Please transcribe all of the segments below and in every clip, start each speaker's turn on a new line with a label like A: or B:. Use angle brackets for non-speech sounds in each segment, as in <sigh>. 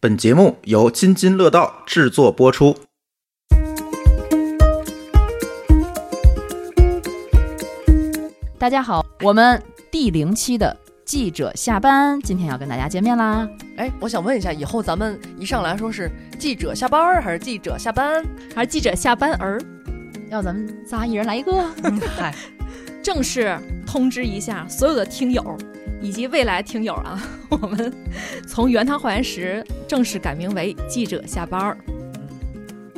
A: 本节目由津津乐道制作播出。
B: 大家好，我们第零期的记者下班，今天要跟大家见面啦。
C: 哎，我想问一下，以后咱们一上来说是记者下班儿还是记者下班？
D: 还是记者下班儿，
B: 要咱们仨一人来一个，
C: 嗨，
D: 正式通知一下所有的听友以及未来听友啊， <laughs> 我们从原汤化原石正式改名为记者下班儿。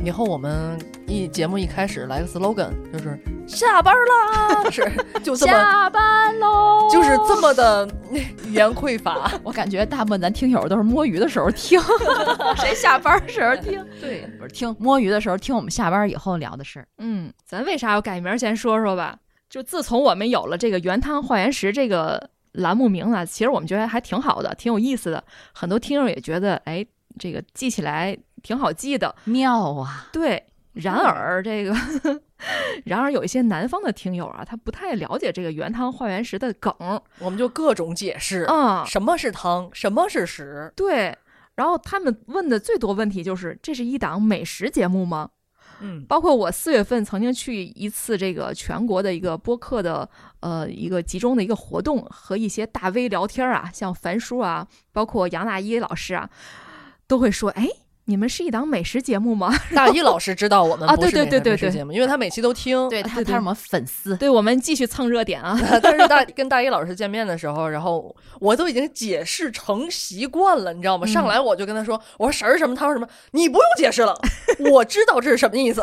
C: 以后我们一节目一开始来个 slogan，就是下班儿啦， <laughs> 是就 <laughs> 这么
B: 下班喽。
C: 就是这么的语言匮乏。
B: 我感觉大部分咱听友都是摸鱼的时候听， <laughs> 谁下班时候听？
C: 对，
B: 不是听摸鱼的时候听我们下班以后聊的事儿。
D: 嗯，咱为啥要改名儿？先说说吧。就自从我们有了这个“原汤化原石”这个栏目名啊，其实我们觉得还挺好的，挺有意思的。很多听友也觉得，哎，这个记起来挺好记的。
B: 妙啊！
D: 对，然而这个， <laughs> 然而有一些南方的听友啊，他不太了解这个“原汤化原石”的梗
C: 我们就各种解 <laughs> 释，
D: 啊，
C: 什么是汤，什么是食，
D: 对。然后他们问的最多问题就是：这是一档美食节目吗？
C: 嗯，
D: 包括我四月份曾经去一次这个全国的一个播客的呃一个集中的一个活动，和一些大 V 聊天啊，像樊叔啊，包括杨大一老师啊，都会说：哎，你们是一档美食节目吗？ <laughs>
C: 大一老师知道我们
D: 啊
C: 不是
D: 对对
C: 美
D: 对对
C: 美食
D: 对
C: 节目，因为他每期都听。
B: 对他，
D: 对
B: 他
D: 对。
B: 是我们粉丝
D: 对我们继续蹭热点啊。
C: <laughs> 但是大跟大一老师见面的时候，然后我都已经解释成习惯了，你知道吗？
D: 嗯
C: 上来我就跟他说：“我说神儿什么，他说什么，你不用解释了， <laughs> 我知道这是什么意思。”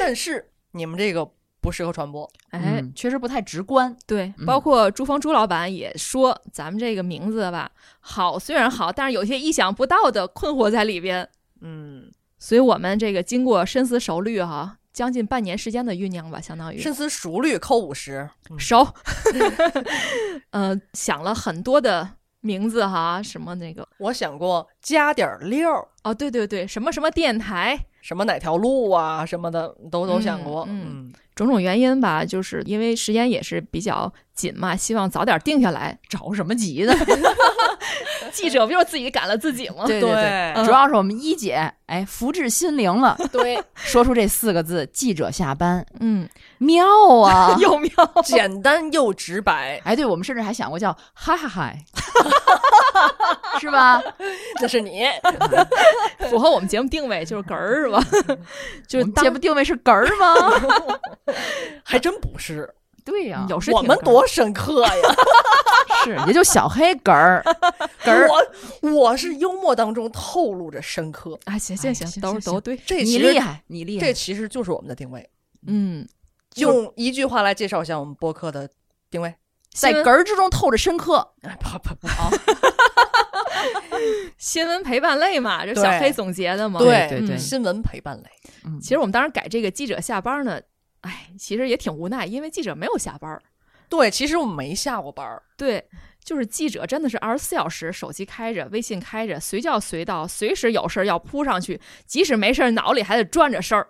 C: 但是你们这个不适合传播，
D: 哎，
B: 嗯，确实不太直观。
D: 对，
B: 嗯
D: 包括朱峰朱老板也说，咱们这个名字吧，好虽然好，但是有些意想不到的困惑在里边。
C: 嗯，
D: 所以我们这个经过深思熟虑哈、将近半年时间的酝酿吧，相当于
C: 深思熟虑扣五十，
D: 熟， <laughs> 呃，想了很多的名字哈、什么那个
C: 我想过加点儿料儿，
D: 哦，对对对，什么什么电台，
C: 什么哪条路啊什么的都都想过，
D: 嗯种种原因吧，就是因为时间也是比较紧嘛，希望早点定下来。
B: 着什么急呢？
D: 记者不就是自己赶了自己
B: <laughs>
D: 吗？
B: 对对对，
C: 对
B: 主要是我们一姐哎福至心灵了，
C: 对，
B: 说出这四个字“记者下班
D: 嗯，”，！
B: 妙啊 <laughs>
D: 有没有？
C: 嗯简单又直白，
B: 哎，对，我们甚至还想过叫“嗨嗨嗨”， <laughs> 是吧？
C: 那是
D: <laughs>
C: 你，
D: 符合我们节目定位，就是哏儿 <laughs> 是吧？就
B: 我
D: 是
B: 们
D: 当
B: 节目定位是哏儿吗？ <laughs>
C: 还真不是，
B: 对呀、
D: 有时
C: 我
D: 挺
C: 们
D: 哏儿
C: 多深刻啊呀。
B: 是也就小黑哏儿，哏儿。
C: 我我是幽默当中透露着深刻，
D: 啊，行行
B: 哎
D: 行，
B: 行
D: 都
B: 行
D: 都对，
C: 这
B: 你
C: 其
B: 厉
C: 实
B: 害，你厉
C: 这
B: 害，
C: 其实就是我们的定位。
D: 嗯，就
C: 用一句话来介绍一下我们播客的定位。
B: 在
D: 新闻
B: 哏儿之中透着深刻。
C: 哎不不不，
D: 新闻陪伴类嘛，这
C: 对
D: 小黑总结的嘛。
C: 对
B: 对
D: 对嗯
C: 新闻陪伴类，
B: 嗯
D: 其实我们当时改这个记者下班呢，哎，其实也挺无奈，因为记者没有下班儿。
C: 对，其实我们没下过班儿，
D: 对，就是记者真的是二十四小时，手机开着，微信开着，随叫随到，随时有事儿要扑上去，即使没事儿，脑里还得转着事儿。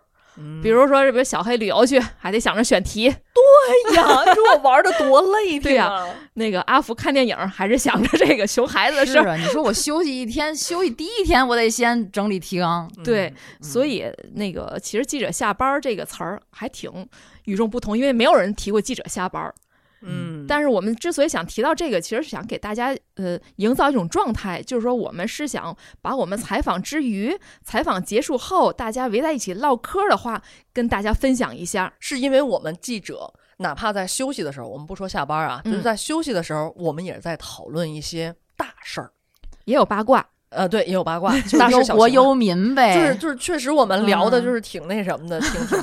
D: 比 <laughs> 如说，这不是小黑旅游去，还得想着选题；
C: 哎呀，你说我玩的多累
D: 对呀
C: 呀，
D: 那个阿福看电影，还是想着这个熊孩子的
B: 是
D: 事儿。
B: 啊，你说我休息一天，休息第一天我得先整理提纲，
D: 对，所以那个其实记者下班儿这个词儿还挺与众不同，因为没有人提过记者下班儿。
C: 嗯，
D: 但是我们之所以想提到这个，其实是想给大家呃营造一种状态，就是说我们是想把我们采访之余、采访结束后，大家围在一起唠嗑的话，跟大家分享一下。
C: 是因为我们记者。哪怕在休息的时候，我们不说下班啊，
D: 嗯
C: 就是在休息的时候，我们也是在讨论一些大事儿。
D: 也有八卦，
C: 呃，对，也有八卦，就
B: 大
C: 是
B: 忧
C: 小
B: 国
C: 情
B: 忧民呗。
C: 就是就是，确实我们聊
B: 嗯
C: 的就是挺那什么的，挺挺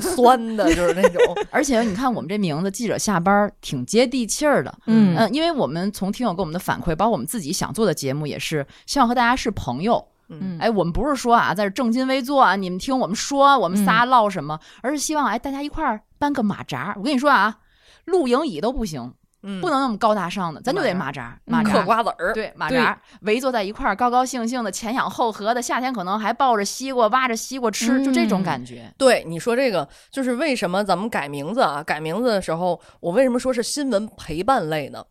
B: <laughs>
C: 酸的，就是那种
B: 而且你看我们这名字“记者下班儿”挺接地气儿的，
D: 嗯
B: 嗯，因为我们从听友给我们的反馈，包括我们自己想做的节目，也是希望和大家是朋友。
C: 嗯
B: 哎，我们不是说啊，在这正襟危坐啊，你们听我们说，我们仨唠什么，而是希望哎，大家一块儿搬个马扎儿。我跟你说啊，露营椅都不行，
C: 嗯
B: 不能那么高大上的，咱就得马扎儿，马扎
C: 嗑
B: 儿。
C: 瓜子儿，
B: 对，马
D: 对
B: 扎儿围坐在一块儿，高高兴兴的，前仰后合的，夏天可能还抱着西瓜，挖着西瓜吃，就这种
D: 嗯
B: 感觉。
C: 对，你说这个就是为什么咱们改名字啊？改名字的时候，我为什么说是新闻陪伴类呢？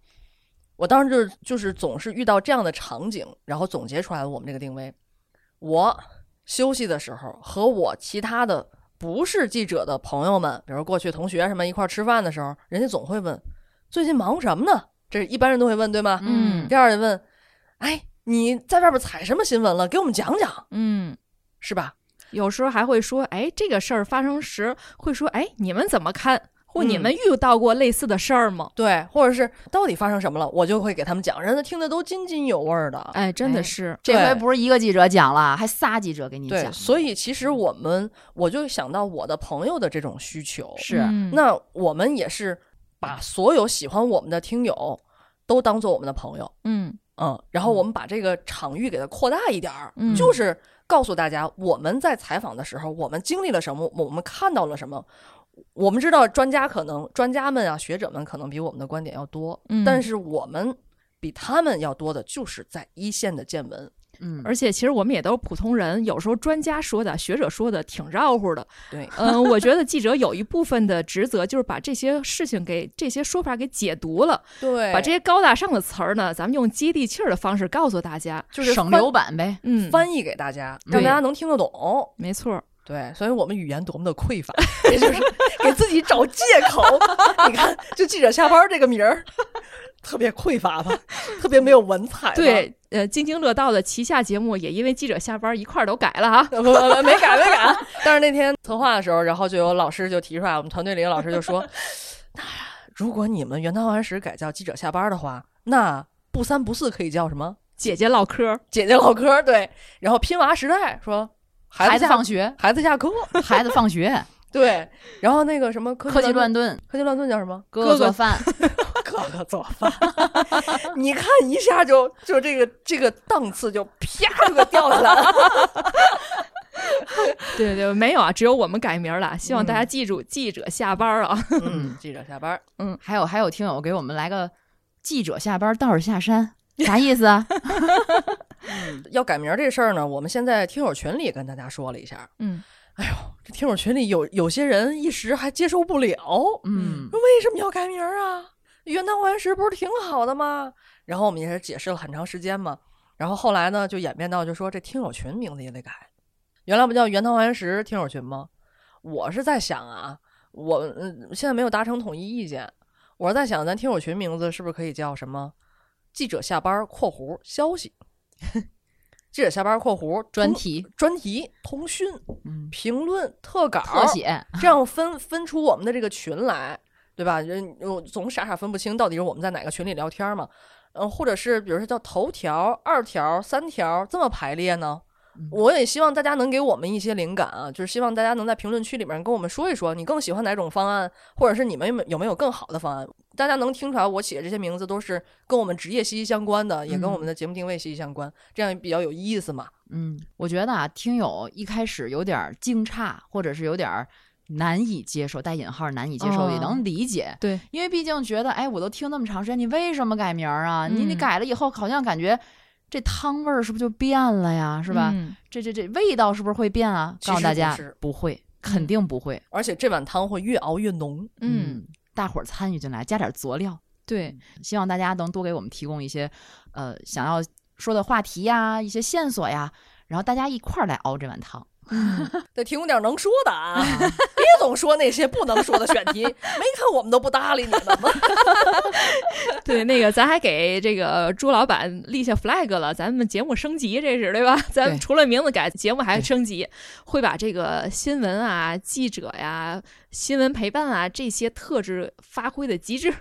C: 我当时就是就是总是遇到这样的场景，然后总结出来了我们这个定位。我休息的时候和我其他的不是记者的朋友们，比如过去同学什么一块儿吃饭的时候，人家总会问最近忙什么呢？这一般人都会问对吗？
D: 嗯
C: 第二就问，哎，你在外边采什么新闻了？给我们讲讲，
D: 嗯，
C: 是吧？
D: 有时候还会说，哎，这个事儿发生时会说，哎，你们怎么看？或
C: 嗯
D: 你们遇到过类似的事儿吗？
C: 对，或者是到底发生什么了，我就会给他们讲，人家听得都津津有味儿的。
D: 哎，真
B: 哎
D: 的是，
B: 这
C: 对
B: 回不是一个记者讲了，还仨记者给你
C: 对，
B: 讲，
C: 所以其实我们我就想到我的朋友的这种需求，
B: 是
D: 嗯
C: 那我们也是把所有喜欢我们的听友都当做我们的朋友，
D: 嗯
C: 嗯，然后我们把这个场域给它扩大一点儿，
D: 嗯
C: 就是告诉大家我们在采访的时候，我们经历了什么，我们看到了什么。我们知道专家可能专家们啊，学者们可能比我们的观点要多，
D: 嗯
C: 但是我们比他们要多的就是在一线的见闻，
B: 嗯，
D: 而且其实我们也都是普通人，有时候专家说的、学者说的挺绕乎 <laughs> 的。
C: 对，
D: 嗯，我觉得记者有一部分的职责就是把这些事情给这些说法给解读了，
C: 对
D: 把这些高大上的词儿呢，咱们用接地气儿的方式告诉大家。
C: 就是
B: 省
C: 翻
B: 流版呗。
D: 嗯，
C: 翻译给大家，
B: 嗯
C: 让大家能听得懂。
D: 没错儿，
C: 对，所以我们语言多么的匮 <laughs> 乏，也就是给自己找借口。 <laughs> 你看，就记者下班这个名儿，特别匮乏吧，特别没有文采。，
D: 对，呃，津津乐道的旗下节目也因为记者下班一块儿都改了 <laughs> 哈。
C: <laughs> 不不不，没改没改。 <laughs> 但是那天策划的时候，然后就有老师就提出来，我们团队里的老师就说，那如果你们原汤化食改叫记者下班的话，那不三不四可以叫什么？
D: 姐姐唠嗑儿，
C: 姐姐唠嗑，对。然后拼娃时代说，
B: 孩
C: 孩
B: 子
C: 子
B: 放
C: 下
B: 学，
C: 孩子下课，
B: 孩子放学，
C: 对。然后那个什么
B: 科技乱
C: 乱
B: 炖，
C: 科技乱炖叫什么？
B: 哥哥做
D: 哥
B: 饭，
C: 哥哥做饭，你看一下就就这个这个档次就啪就给掉下来了。
D: 对对，没有啊，只有我们改名儿了。希望大家记住，记者下班儿啊。
C: 嗯，记者下班，
B: 还有还有听友给我们来个记者下班，道士下山，啥意思啊？
C: 要改名儿这事儿呢，我们现在听友群里跟大家说了一下，哎
D: 嗯
C: 这听友群里有有些人一时还接受不了，
B: 嗯，
C: 说为什么要改名儿啊？原汤化食不是挺好的吗？然后我们也是解释了很长时间嘛。然后后来呢，就演变到就说这听友群名字也得改，原来不叫原汤化食听友群吗？我是在想啊，我嗯现在没有达成统一意见，我是在想咱听友群名字是不是可以叫什么？记者下班儿（括弧消
B: <laughs>
C: 息），记者下班儿（括弧
B: 专
C: 通
B: 题，
C: 专题通讯
B: 嗯，
C: 评论特稿
B: 特写，
C: 这样分分出我们的这个群来，对吧？人我总傻傻分不清到底是我们在哪个群里聊天嘛。嗯，或者是比如说叫头条、二条、三条这么排列呢
B: 嗯？
C: 我也希望大家能给我们一些灵感啊，就是希望大家能在评论区里面跟我们说一说，你更喜欢哪种方案，或者是你们有没有没有更好的方案？大家能听出来，我写这些名字都是跟我们职业息息相关的，也跟我们的节目定位息息相关，这样比较有意思嘛。
B: 嗯，我觉得啊，听友一开始有点儿惊诧，或者是有点儿难以接受（带引号儿难以接受），也
D: 哦
B: 能理解。
D: 对，
B: 因为毕竟觉得，哎，我都听那么长时间，你为什么改名儿啊？你你
D: 嗯
B: 改了以后，好像感觉这汤味儿是不是就变了呀？是吧？
D: 嗯
B: 这这这味道是不是会变啊？
C: 其
B: 告诉大
C: 实不
B: 家
C: 是
B: 不会，肯定不会。
C: 而且这碗汤会越熬越浓。
D: 嗯，
B: 大伙儿参与进来，加点儿佐料，
D: 对。
B: 希望大家能多给我们提供一些，呃，想要说的话题呀，一些线索呀，然后大家一块儿来熬这碗汤。
C: 得提供点能说的啊，别总说那些不能说的选题。 <laughs> 没看我们都不搭理你们 <laughs> 吗？
D: <laughs> 对，那个咱还给这个朱老板立下 flag 了，咱们节目升级，这是对吧？咱们除了名字改，节目还升级，会把这个新闻啊、记者呀、新闻陪伴啊这些特质发挥的极致。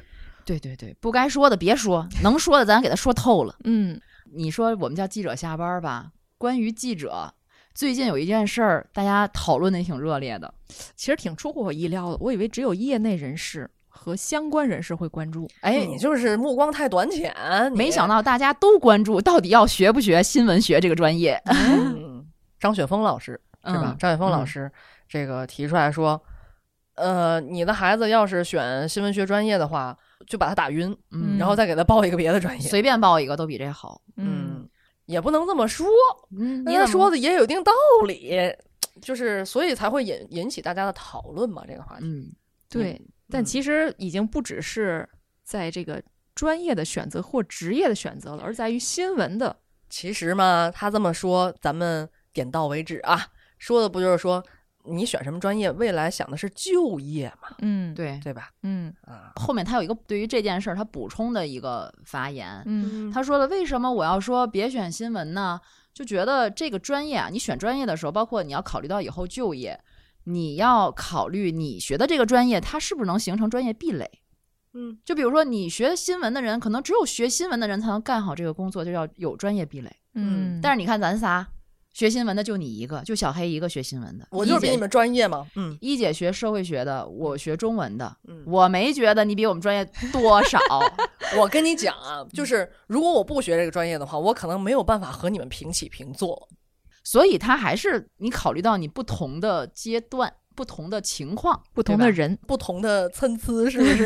B: 对对对，不该说的别说，能说的咱给他说透了。
D: 嗯
B: 你说我们叫记者下班儿吧？关于记者，最近有一件事儿，大家讨论的也挺热烈的。
D: <laughs> 其实挺出乎我意料的，我以为只有业内人士和相关人士会关注。
B: 哎，
C: 你就是目光太短浅，你
B: 没想到大家都关注，到底要学不学新闻学这个专业，
C: 嗯张雪峰老师是吧？
B: 嗯
C: 张雪峰老师这个提出来说，呃，你的孩子要是选新闻学专业的话，就把他打晕，
B: 嗯，
C: 然后再给他报一个别的专业。
B: 随便报一个都比这好。
C: 嗯，也不能这么说，
B: 嗯，
C: 那
B: 你
C: 他
B: 怎么
C: 说的也有一定道理，就是所以才会引引起大家的讨论嘛，这个话题。
B: 嗯，
D: 对，但其实已经不只是在这个专业的选择或职业的选择了，而在于新闻的。
C: 其实嘛，他这么说，咱们点到为止啊。说的不就是说，你选什么专业，未来想的是就业嘛，
D: 嗯，，
B: 对，
C: 对吧？
D: 嗯
C: 啊，
B: 后面他有一个对于这件事儿他补充的一个发言，
D: 嗯
B: 他说了，为什么我要说别选新闻呢？就觉得这个专业啊，你选专业的时候，包括你要考虑到以后就业，你要考虑你学的这个专业，它是不是能形成专业壁垒。
C: 嗯，
B: 就比如说你学新闻的人，可能只有学新闻的人才能干好这个工作，就叫有专业壁垒。
D: 嗯，
B: 但
D: 是
B: 是你看咱仨学新闻的就你一个，就小黑一个学新闻的，
C: 我就是
B: 一
C: 比
B: 姐
C: 你们专业嘛。嗯
B: 一姐学社会学的，我学中文的，
C: 嗯，
B: 我没觉得你比我们专业多
C: <laughs>
B: 少。
C: 我跟你讲啊，就是如果我不学这个专业的话，我可能没有办法和你们平起平坐。
B: 所以他还是你考虑到你不同的阶段、不同的情况、
D: 不同的
B: 对吧，
D: 人，
C: 不同的参差是
B: <laughs>
C: 不是？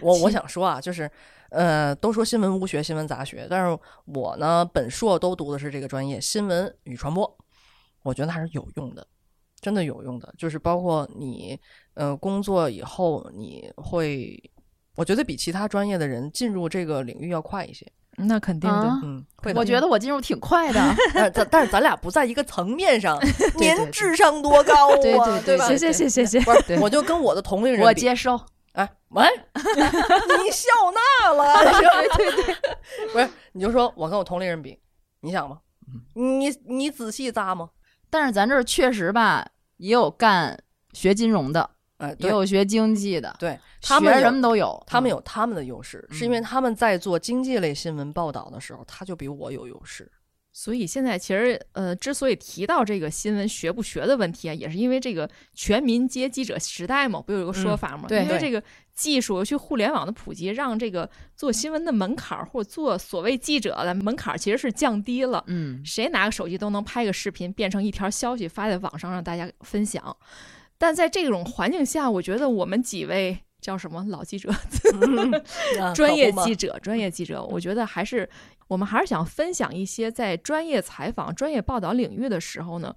C: 我我想说啊，就是呃，都说新闻无学，新闻杂学，但是我呢，本硕都读的是这个专业，新闻与传播，我觉得还是有用的，真的有用的。就是包括你呃工作以后，你会，我觉得比其他专业的人进入这个领域要快一些。
D: 那肯定的
B: 啊。
C: 嗯，会的
B: 我觉得我进入挺快
C: <laughs>
B: 的。
C: 但呃咱但是咱俩不在一个层面上，
B: <laughs> 对
C: 您智商多高啊，
B: 对对对
C: 吧？
D: 谢谢谢谢谢谢，
C: 不
B: 对
C: 是，我就跟我的同龄人比，
B: 我接受，
C: 哎，喂， <laughs> 你笑纳 <laughs> 了，对对 <laughs> 对，不是，你就说我跟我同龄人比，你想吗？
B: 嗯
C: 你你仔细咂吗？
B: 但是咱这儿确实吧，也有干学金融的，
C: 哎，
B: 也
C: 对
B: 有学经济的，
C: 对，他
B: 学
C: 们
B: 什
C: 有
B: 么嗯都有。
C: 他们
B: 有，
C: 有他们的优势，是因为他们在做经济类新闻报道的时候，他就比我有优
B: <laughs>
C: 势。
D: <laughs> 所以现在其实呃，之所以提到这个新闻学不学的问题啊，也是因为这个全民皆记者时代嘛，不有一个说法嘛？
B: 对
D: 因为
C: 对
D: 这个技术，尤其互联网的普及，让这个做新闻的门槛儿或者做所谓记者的门槛儿其实是降低了。
B: 嗯，
D: 谁拿个手机都能拍个视频，变成一条消息发在网上让大家分享。但在这种环境下，我觉得我们几位叫什么老记者、
C: 啊
D: 专业
C: 可不嘛
D: 记者、专业记者，我觉得还是我们还是想分享一些在专业采访、专业报道领域的时候呢，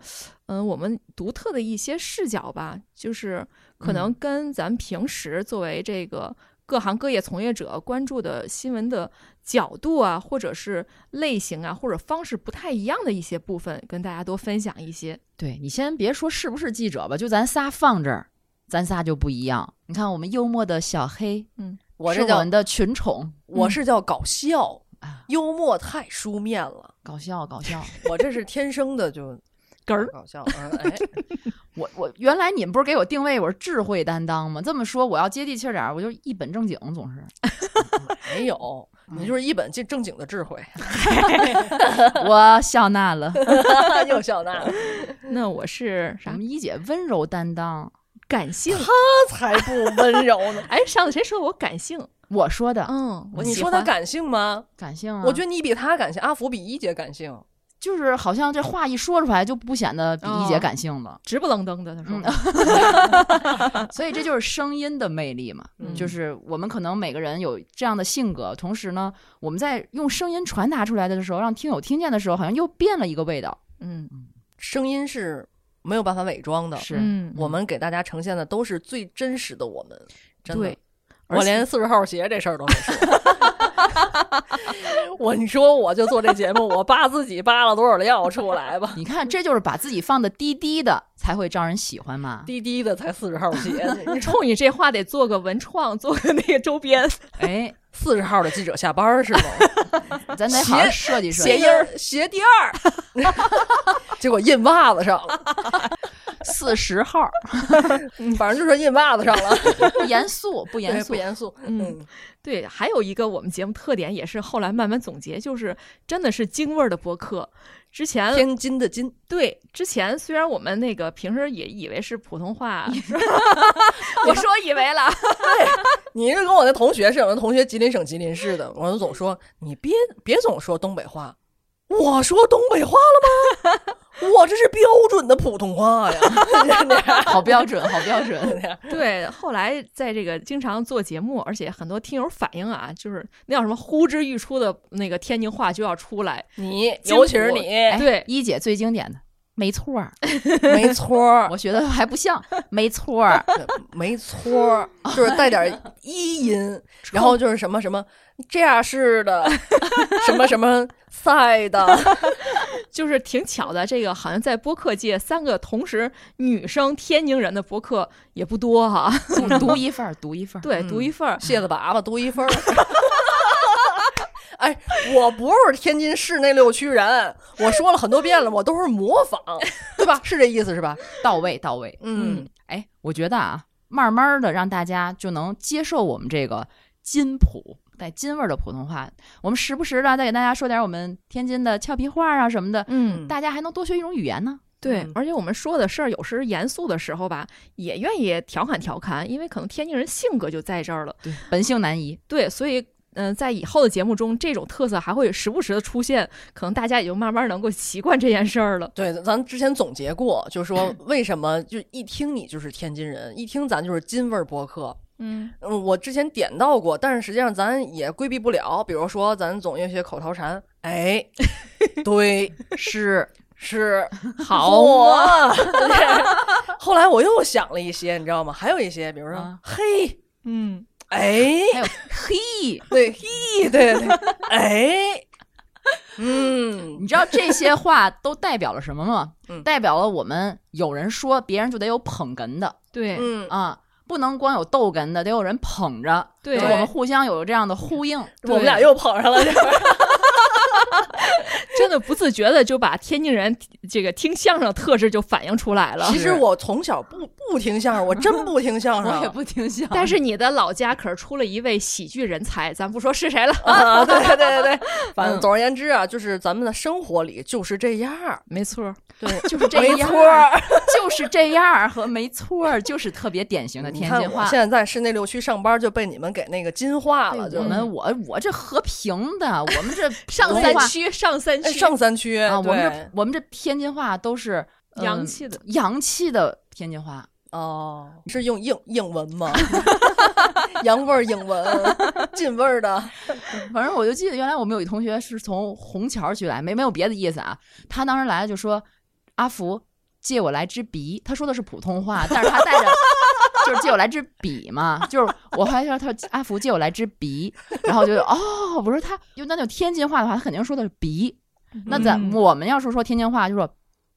D: 嗯，我们独特的一些视角吧，就是可能跟咱们平时作为这个各行各业从业者关注的新闻的角度啊，或者是类型啊，或者方式不太一样的一些部分，跟大家多分享一些。
B: 对你先别说是不是记者吧，就咱仨放这儿，咱仨就不一样。你看我们幽默的小黑，
C: 我
B: 是
C: 这
B: 我
C: 叫
B: 们的群宠，嗯
C: 我是叫搞笑
B: 啊，
C: 幽默太书
B: <laughs>
C: 面了，
B: 搞笑搞笑。
C: 我这是天生的就
D: 哏儿
C: 搞笑。嗯哎，
B: 我我原来你们不是给我定位我是智慧担当吗？这么说我要接地气儿点儿，我就一本正经，总
D: <laughs>
B: 是
C: 没有，
B: 嗯
C: 你就是一本正正经的智
B: <laughs>
C: 慧， <laughs>
B: 我笑纳了。
C: 又笑纳了，
D: 那我是
B: 我
D: 啥
B: 们？一姐温柔担当，
D: 感性？
C: 他才不温柔 <laughs> 呢。
D: 哎，上次谁说我感性？
B: 我说的
D: 嗯，我
C: 你
D: 喜
C: 说他
D: 欢
C: 感性吗？
B: 感性啊。
C: 我觉得你比他感性，阿福比一姐感性。
B: 就是好像这话一说出来就不显得比一姐
D: 哦嗯
B: 感性了，
D: 直不愣登的，他说。 <laughs>
B: 所以这就是声音的魅力嘛。
C: 嗯
B: 就是我们可能每个人有这样的性格，同时呢，我们在用声音传达出来的时候，让听友听见的时候，好像又变了一个味道。
D: 嗯
C: 声音是没有办法伪装的，
B: 是
D: 嗯，
C: 我们给大家呈现的都是最真实的我们。真的
D: 对，，而
C: 我
D: 且
C: 连四十号鞋这事儿都没 <laughs> 说。我你说我就做这节目，我扒自己扒了多少料出来吧？
B: 你看，这就是把自己放的低低的，才会招人喜欢嘛。
C: 滴滴的才四十号鞋，
D: 你 <laughs>
C: <laughs>
D: 冲你这话得做个文创，做个那个周边，
B: 哎，
C: 四十号的记者下班儿是吗？ <laughs>
B: 咱得好好
C: 鞋
B: 设计设
C: 鞋
B: 计
C: 印。儿鞋垫儿， <laughs> 结果印袜子上了，嗯
B: 四十号，
C: 反正就是印袜子上了，
B: 不严肃，不严
C: 对
B: 肃
C: 不。严肃？
D: 嗯， <laughs> 对，还有一个我们节目特点，也是后来慢慢总结，就是真的是京味儿的播客。之前
C: 天津的津，
D: 对之前虽然我们那个平时也以为是普通 <laughs> 话，我说以为了，
C: 你是跟我那同学是，我那同学吉林省吉林市的，我就总 <laughs> 说你别别总说东北 <laughs> 话，我说东北话了吗？我这是标准的普通话呀！
B: 好标准，好标准。
D: <laughs> 对，后来在这个经常做节目，而且很多听友反映啊，就是那叫什么呼之欲出的那个天津话就要出来，
C: <laughs> 你
D: 京
C: 尤其是
D: 普
C: <laughs> 你，
B: 哎
D: 对
B: 一姐最经典的，没错儿，
C: 没错儿，
B: 我学的还不像，没错儿，
C: 对没错儿，就是带点儿一 <laughs> 音，然后就是什么什么这样式的，什么什么赛的，
D: 就是挺巧的，这个好像在播客界，三个同时女生天津人的播客也不多哈、
B: 就独一份儿，独一份儿。
D: 对，
C: 嗯
D: 独一份儿。
C: 蟹子粑粑多一分儿。 <laughs> 哎，我不是天津市那六区人，我说了很多遍了，我都是模仿，对吧？是这意思是吧？
B: 到位到位。
C: 嗯，
B: 哎，我觉得啊，慢慢的让大家就能接受我们这个津普带津味儿的普通话。我们时不时的再给大家说点我们天津的俏皮话啊什么的，
D: 嗯，
B: 大家还能多学一种语言呢。
D: 对
C: 嗯，
D: 而且我们说的事儿，有时严肃的时候吧，也愿意调侃调侃，因为可能天津人性格就在这儿了。
B: 对，本性难移。
D: 对，所以嗯、呃在以后的节目中，这种特色还会时不时的出现，可能大家也就慢慢能够习惯这件事儿了。
C: 对，咱之前总结过，就是说为什么就一听你就是天津人，一听咱就是津味儿播客。
D: 嗯，
C: 嗯，我之前点到过，但是实际上咱也规避不了，比如说咱总有些口头禅，
B: <laughs>
C: 哎，对，
B: 是， <laughs>
C: 是
D: 好嘛，
C: 嘛。对后来我又想了一些，你知道吗？还有一些，比如说、
B: 啊
C: 嘿，
D: 嗯，
C: 哎，
B: 还有嘿，
C: 对，嘿，对对，哎，嗯，
B: 你知道这些话
C: <laughs>
B: 都代表了什么吗？
C: 嗯
B: 代表了我们有人说，别人就得有捧哏的
D: 对，
C: 嗯，
B: 啊。不能光有逗哏的，得有人捧着，
D: 对
B: 就我们互相有这样的呼应。
C: 我们俩又捧
B: <laughs>
C: 上了，这
D: 真的不自觉的就把天津人这个听相声的特质就反映出来了。
C: 其实我从小不不听相声，我真不听相
B: 我也
C: 声。
B: 不听相声，
D: 但是你的老家可是出了一位喜剧人才，咱不说是谁了。
B: <laughs>
C: <laughs> 啊，对对对对，反
B: 嗯
C: 正总而言之啊，就是咱们的生活里就是这样儿，
D: 没错，
C: 对，
B: 就是这
C: 没
B: 样
C: 错
B: 儿 <laughs>
C: 儿。
B: 就是这样儿和没错儿，就是特别典型的
C: 你
B: 天
C: 看
B: 津
C: 我
B: 话。
C: 现在在市内六区上班，就被你们给那个金化了，
B: 对我
C: 就是
B: 们我我这和平的，我们这
C: <laughs>
D: 上
B: 普通
D: 三
B: 话
D: 区，上三
C: 哎
D: 区，
C: 上三区，
B: 啊，我们
C: 对
B: 这我们这天津话都是、呃
D: 洋气的
B: 洋气的天津话。
C: 哦，是用英英文吗？ <laughs> 洋味儿英文， <laughs> 劲味儿的，
B: 反正我就记得原来我们有一同学是从虹桥区来，没没有别的意思啊。他当时来了就说：“阿福，借我来支笔。”他说的是普通话，但是他带着就是借我来支笔嘛，就是我还说他说阿福借我来支笔，然后我就哦，我说他就那就天津话的话，他肯定说的是笔。那咱、
D: 嗯
B: 我们要是说天津话，就说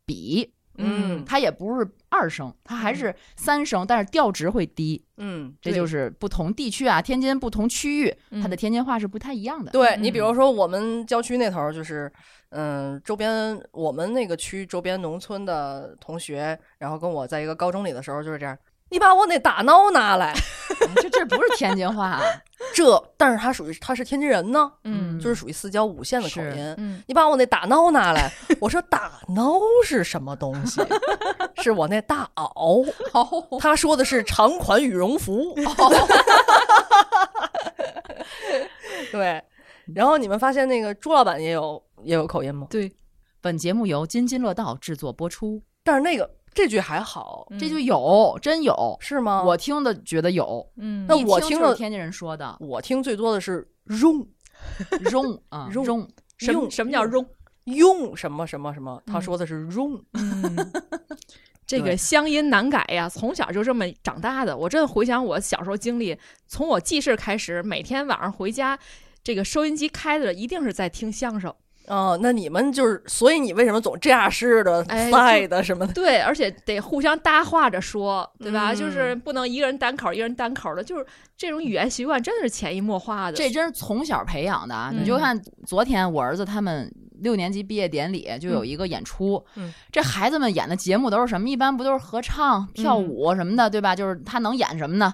B: 笔，
C: 嗯
B: 它也不是二声，它
D: 嗯
B: 还是三声，但是调值会低。
C: 嗯，
B: 这就是不同地区啊，天津不同区域，它的
D: 嗯
B: 天津话是不太一样的。
C: 对你比
B: 嗯
C: 如说我们郊区那头儿就是，嗯，周边我们那个区周边农村的同学，然后跟我在一个高中里的时候就是这样，你把我那打闹拿来，
B: 这这不是天津话、啊，
C: 这但是他属于他是天津人呢，
D: 嗯
C: 就是属于四郊五县的口
B: 是
C: 音。
D: 嗯，
C: 你把我那打闹拿来，我说打闹是什么东西？ <laughs> 是我那大
D: <laughs>
C: 袄，
D: 哦
C: 他说的是长款羽绒服。 <laughs> 对，然后你们发现那个朱老板也有也有口音吗？
D: 对，
B: 本节目由津津乐道制作播出，
C: 但是那个这句还好，
D: 嗯
B: 这就有，真有，
C: 是吗？
B: 我听的觉得有。
D: 嗯
C: 嗯那
B: 一
C: 我
B: 听
C: 听
B: 就是
C: 了
B: 天津人说的
C: 我听最多的是用
B: 用
C: <laughs>
B: 啊
C: 用
B: 用，
D: 什么
C: 用
D: 什么嗯叫
C: 用
D: 容？
C: 用什么什么什么，他说的是用，
D: 嗯这
C: 对
D: 个乡音难改呀，从小就这么长大的。我真的回想我小时候经历，从我记事开始，每天晚上回家，这个收音机开着，一定是在听相声。
C: 哦，那你们就是，所以你为什么总这样式的、
D: 哎
C: 赛的什么的？
D: 对，而且得互相搭话着说，对吧？
C: 嗯
D: 就是不能一个人单口，一个人单口的，就是这种语言习惯真的是潜移默化的。
B: 这真是从小培养的啊！
D: 嗯
B: 你就看昨天我儿子他们六年级毕业典礼就有一个演出，
C: 嗯嗯
B: 这孩子们演的节目都是什么？一般不都是合唱、跳
C: 嗯
B: 舞什么的，对吧？就是他能演什么呢？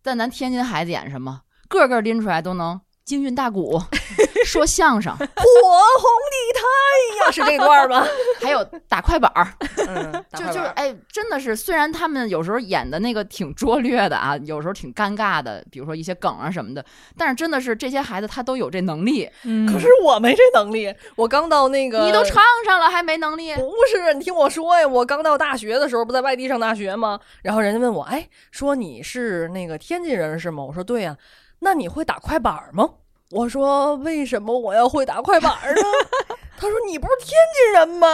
B: 但咱天津孩子演什么，个个拎出来都能京韵大
C: <laughs>
B: 鼓，说相声，
C: 火红的太阳是这段儿吧？
B: 还有打快板儿，
C: 嗯，
B: 就就是哎，真的是，虽然他们有时候演的那个挺拙劣的啊，有时候挺尴尬的，比如说一些梗啊什么的，但是真的是这些孩子他都有这能力，
D: 嗯
C: 可是我没这能力，我刚到那个
B: 你都唱上了还没能力，
C: 不是，你听我说呀，我刚到大学的时候不在外地上大学吗？然后人家问我，哎，说你是那个天津人是吗？我说对呀、那你会打快板吗？我说为什么我要会打快板呢？ <laughs> 他说你不是天津人吗？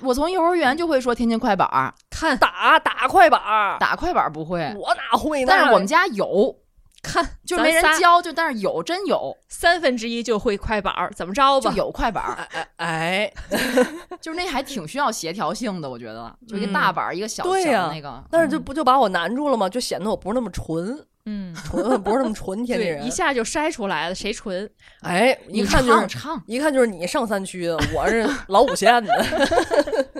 B: 我从幼儿园就会说天津快板儿，
C: 看打打快板儿，
B: 打快板儿不会，
C: 我哪会呢？
B: 但是我们家有，
C: <laughs>
D: 看
B: 就是没人
D: 咱仨
B: 教，就但是有，真有，
D: 三分之一就会快板儿，怎么着
B: 就
D: 吧？
B: 有快板
C: <laughs>
B: 儿，
C: 哎哎，
D: 嗯
B: 就是那还挺需要协调性的，我觉得，就一个
C: 嗯
B: 大板儿，一个小
C: 对
B: 小
C: 呀
B: 的那个，
C: 但是这不就把我难住了吗？就显得我不是那么纯，
D: 嗯，
C: 纯不是那么
D: <laughs>
C: 纯天津
D: 对，
C: 人。
D: 一下就筛出来了，谁纯？
C: 哎，一
B: 你
C: 看就
B: 唱
C: 是
B: 唱，
C: 一看就是你上三区的，我是老五县
D: <laughs>
C: 的。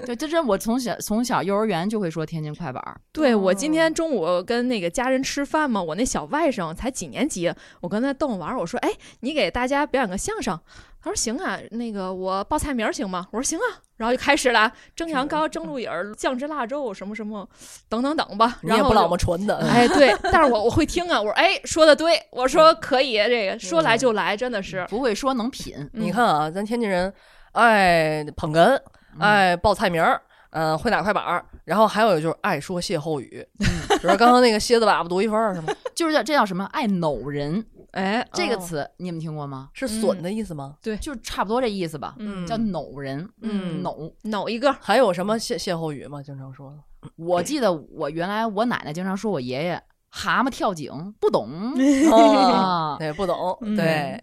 B: 对，这这我从小从小幼儿园就会说天津快板儿，
D: 对我
C: 哦
D: 今天中午跟那个家人吃饭嘛，我那小外甥才几年级，我跟他逗玩儿，我说：“哎，你给大家表演个相声。”他说：“行啊，那个我报菜名儿行吗？”我说：“行啊。”然后就开始了，蒸羊羔、蒸鹿尾儿、酱汁腊肉什么什么，等等等吧。
C: 你
D: 然
C: 也
D: 后
C: 不老
D: 就
C: 么纯的，啊
D: 哎，对，但是我我会听啊，我说哎，说的对，我
C: 嗯
D: 说可以，这个说来就来，真的是，
B: 不会说能品，
D: 嗯
C: 你看啊，咱天津人爱捧哏，
D: 嗯
C: 爱报菜名儿，嗯、会打快板儿，然后还有就是爱说歇后语，
D: 嗯
C: 比如刚刚那个蝎子粑粑独一份儿是吗？
B: 就是叫这叫什么爱搂人
D: <laughs> 哎，
B: 这个
D: 哦，
B: 词，你们听过吗？
C: 是损的意思吗？
B: 就差不多这意思吧，
D: 嗯，
B: 叫搂人，
D: 嗯
B: 搂。
D: 弄一个，
C: 还有什么歇歇后语吗？经常
D: <laughs>
C: 说的，
B: 我记得我原来我奶奶经常说我爷爷蛤蟆跳井，不
D: <laughs>
B: 懂
C: 哦、
B: 啊，
C: 对，不懂。
D: 嗯
C: 对，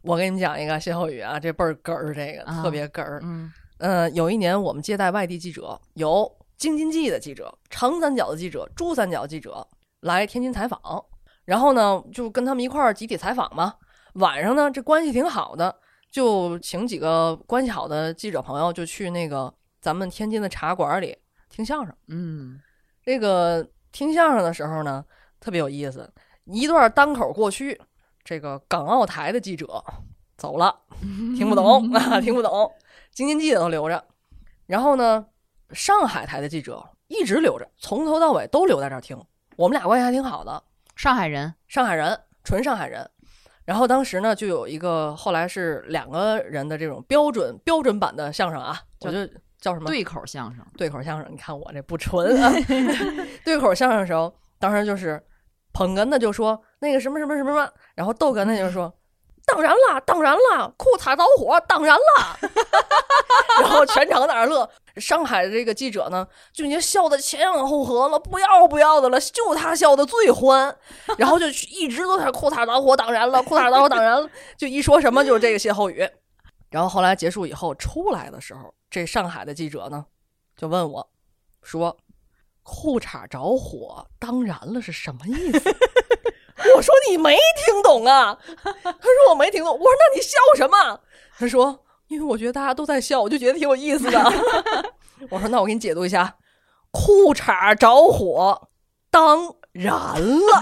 C: 我给你们讲一个歇后语啊，这倍儿哏儿，这个、
B: 啊
C: 特别哏儿。
B: 嗯，
C: 嗯，有一年我们接待外地记者，有京津冀的记者、长三角的记者、珠三角的记者来天津采访，然后呢就跟他们一块儿集体采访嘛。晚上呢，这关系挺好的，就请几个关系好的记者朋友就去那个咱们天津的茶馆里听相声。
B: 嗯，
C: 这个听相声的时候呢，特别有意思，一段单口过去，这个港澳台的记者走了，听不懂啊，听不懂，京津冀的都留着，然后呢，上海台的记者一直留着，从头到尾都留在这儿听，我们俩关系还挺好的，
B: 上海人，
C: 上海人，纯上海人。然后当时呢，就有一个后来是两个人的这种标准标准版的相声啊，我就叫
D: 嗯
C: 什么
B: 对口相声，
C: 对口相声，你看我这不纯啊！ <laughs> 对口相声的时候，当时就是捧哏的就说那个什么什么什么什么，然后逗哏的就说当然啦，当然啦，裤衩着火，当然啦， <laughs> 然后全场在那儿乐。上海的这个记者呢，就已经笑得前仰后合了，不要不要的了，就他笑得最欢，然后就一直都在裤衩着火，当然了，裤衩着火，当然了，就一说什么就是这个歇后语。然后后来结束以后出来的时候，这上海的记者呢，就问我说：“裤衩着火，当然了，是什么意思？” <laughs> 我说：“你没听懂啊？”他说：“我没听懂。”我说：“那你笑什么？”他说：“因为我觉得大家都在笑，我就觉得挺有意思的。” <laughs> 我说：“那我给你解读一下，裤衩着火，当然了。”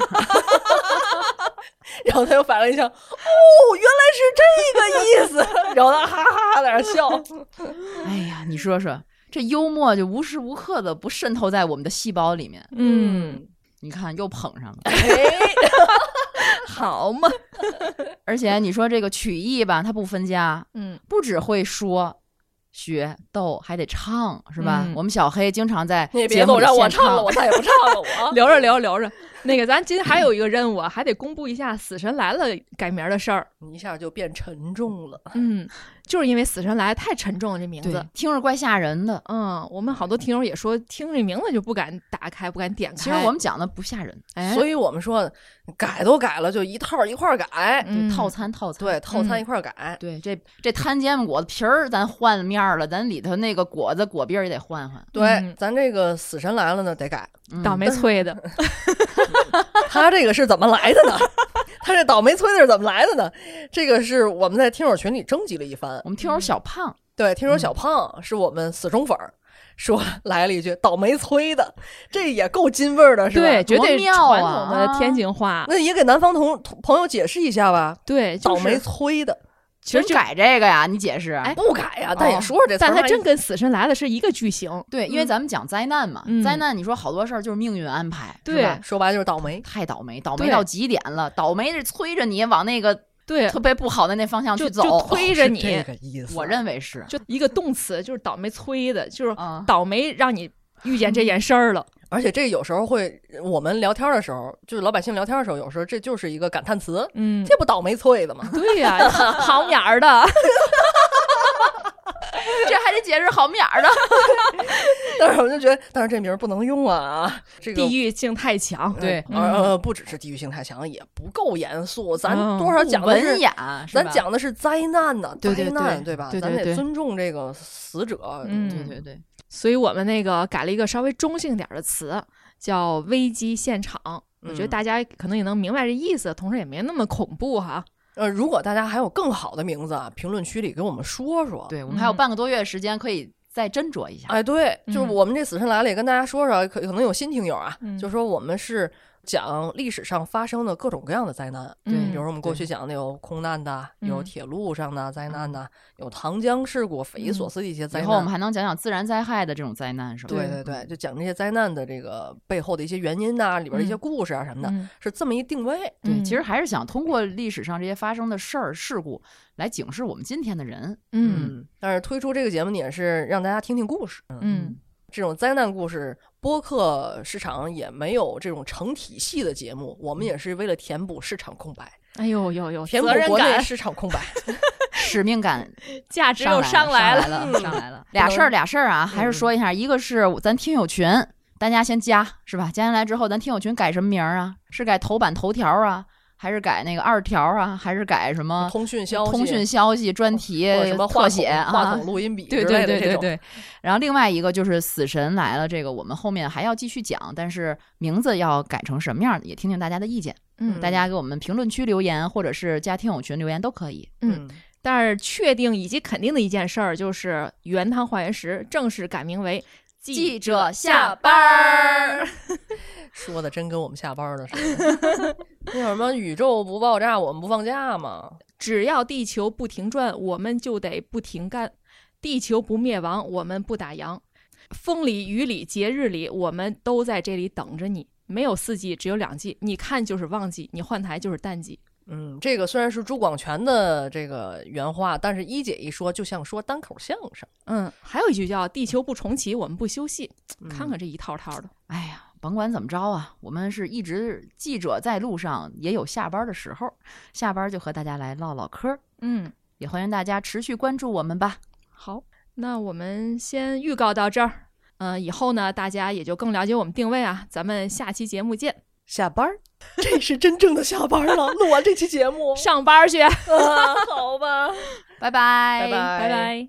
C: <laughs> 然后他又反了一下，哦，原来是这个意思。 <laughs> 然后他哈哈哈在那儿笑。 <laughs>
B: 哎呀，你说说，这幽默就无时无刻的不渗透在我们的细胞里面，
D: 嗯，，
B: 你看又捧上了。
C: 哎，<laughs>
D: 好嘛，
B: 而且你说这个曲艺吧，它不分家，
D: 嗯，
B: 不只会说、学、逗，还得唱，是吧？
D: 嗯
B: 我们小黑经常在
C: <laughs> 你
B: 节
C: 别
B: 目
C: 总
B: 里
C: 让我
B: 现
C: 唱了，我再也不唱了。 <laughs> 我啊
D: 聊着聊着聊着，那个咱今天还有一个任务啊，还得公布一下《死神来了》改名的事儿。
C: 一下就变沉重了。
D: 嗯，就是因为《死神来了》太沉重了，这名
B: 对
D: 字。，
B: 听着怪吓人的。
D: 嗯，我们好多听友也说，听这名字就不敢打开，不敢点开。
B: 其实我们讲的不吓人，
D: 哎，
C: 所以我们说，改都改了，就一套一块儿改，
D: 嗯
B: 套餐套餐。
C: 对，套餐
D: 嗯
C: 一块儿改。
B: 对，这这摊煎饼果子皮儿咱换面儿了，咱里头那个果子果篦儿也得换换。
C: 对
D: 嗯，
C: 咱这个死神来了呢，得改。
B: 嗯
D: 倒霉催的，
C: 他这个是怎么来的呢？ <laughs> 他这倒霉催的是怎么来的呢？这个是我们在听友群里征集了一番
B: 我，们听友小胖，
D: 嗯
C: 对，听说小胖是我们死忠粉儿，说来了一句“倒霉催的”，这也够金味儿的，是吧？
D: 对，绝对
B: 多
D: 是
B: 妙
D: 传
B: 啊
D: 统的天津话。
C: 那也给南方同同朋友解释一下吧，“
D: 对，就
C: 倒
D: 是
C: 霉催的
B: 其实改这个呀，你解释。
D: 哎
C: 不改呀、但也说说这词儿
D: 但
C: 嘛，
D: 它真跟《死神来了》是一个句型。
B: 对，因为
D: 嗯
B: 咱们讲灾难嘛，
D: 嗯
B: 灾难你说好多事儿就是命运安排，是
D: 对
B: 吧
C: 说白了就是倒霉。
B: 太倒霉，倒霉
D: 对
B: 到极点了，倒霉是催着你往那个
D: 对，
B: 特别不好的那方向
D: 就
B: 去
D: 就
B: 走，
D: 推着
C: 是
D: 你
C: 这，个意思，
B: 我认为是，
D: 就一个动词，就是倒霉催的，就是 <laughs>
B: 啊，
D: 倒霉让你遇见这件事儿了。
C: 而且这有时候会，我们聊天的时候，就是老百姓聊天的时候，有时候这就是一个感叹词，
D: 嗯，
B: <laughs>
D: <laughs>
C: 这不倒霉催的吗？
D: 对呀、好眼儿的，
B: 这还得解释好面儿 <laughs> 的。
C: 但是我就觉得，但是这名儿不能用
D: <laughs>
C: 啊，这个
D: 地嗯域性太强。
B: 对
C: 呃呃，不只是地域性太强，也不够严肃。咱
D: 嗯
C: 多少讲的是
B: 文雅，是
C: 咱
B: 吧
C: 讲的是灾难呐、
D: 对对
C: 灾
D: 对
C: 难对吧？
D: 对对
C: 咱得
D: 对
C: 尊重这个死者。
D: 嗯
B: 对对对，
D: 所以我们那个改了一个稍微中性点儿的词，叫危机现场。我觉得
C: 嗯
D: 大家可能也能明白这意思，同时也没那么恐怖哈。
C: 呃，如果大家还有更好的名字啊，评论区里给我们说说。，
B: 对我们还有
D: 嗯
B: 半个多月时间可以再斟酌一下。
C: 哎，对，就是
D: 嗯
C: 我们这死神来了也跟大家说说，可可能有新听友啊，
D: 嗯
C: 就说我们是讲历史上发生的各种各样的灾难，
D: 嗯对
C: 比如说我们过去讲的有空难的，有
D: 嗯
C: 铁路上的灾难的，有糖浆事故、匪
D: 嗯
C: 夷所思的一些灾
B: 以
C: 难。
B: 后我们还能讲讲自然灾害的这种灾难，是吧？
C: 对对
D: 嗯
C: 对，就讲这些灾难的这个背后的一些原因呐、里边的一些故事啊什么的，
D: 嗯
C: 是这么一定位。
B: 对，
D: 嗯
B: 其实还是想通过历史上这些发生的事儿、事故来警示我们今天的人。
D: 嗯，
C: 但是推出这个节目呢，也是让大家听听故事。嗯
D: 嗯，
C: 这种灾难故事，播客市场也没有这种成体系的节目，
B: 嗯
C: 我们也是为了填补市场空白，
D: 哎呦呦呦，
C: 填补
D: 责任
C: 国内
D: 感、
C: 市场空白。
B: 使命感
D: 价值
B: 上
D: 又
B: 来
D: 上来了。
B: 了，上来了，上来了。
C: 能
B: 俩事儿，俩事儿啊，还是说一下，一个是咱听友群，大家先加是吧？加进来之后，咱听友群改什么名儿啊？是改头版头条啊，还是改那个二条啊，还是改什么 <laughs>
C: 通讯消息、
B: 通讯消息、专题
C: 或者什么话
B: 特
C: 筒
B: 写
C: 话
B: 啊
C: 筒？录音笔
B: <laughs> 对
C: 之类
B: 对
C: 的
B: 对
C: 这
B: 对
C: 种。
B: 对。然后另外一个就是《死神来了》，这个我们后面还要继续讲，但是名字要改成什么样儿，也听听大家的意见。
D: 嗯
B: 大家给我们评论区留言，或者是加听友群留言都可以。
D: 嗯但是确定以及肯定的一件事儿就是，原汤化原石正式改名为
B: 记者下
D: 班
B: 班。
C: 说的真跟我们下班儿的似的。那叫什么？宇宙不爆炸，我们不放假嘛？
D: 只要地球不停转，我们就得不停干；地球不灭亡，我们不打烊。风里雨里节日里，我们都在这里等着你。没有四季，只有两季。你看就是旺季，你换台就是淡季。
C: 嗯，这个虽然是朱广权的这个原话，但是一姐一说就像说单口相声。
D: 嗯，还有一句叫“地球不重启，我们不休息”。
C: 嗯
D: 看看这一套套的，
B: 哎呀，甭管怎么着啊，我们是一直记者在路上，也有下班的时候，下班就和大家来唠唠嗑儿，
D: 嗯，
B: 也欢迎大家持续关注我们吧。
D: 好，那我们先预告到这儿。嗯、以后呢，大家也就更了解我们定位啊。咱们下期节目见，
C: 下班儿，这是真正的下班儿了。录完这期节目
D: 上班儿
C: <laughs>
D: 去，哎
C: 啊，好吧，
B: 拜拜，
C: 拜拜
D: 拜拜。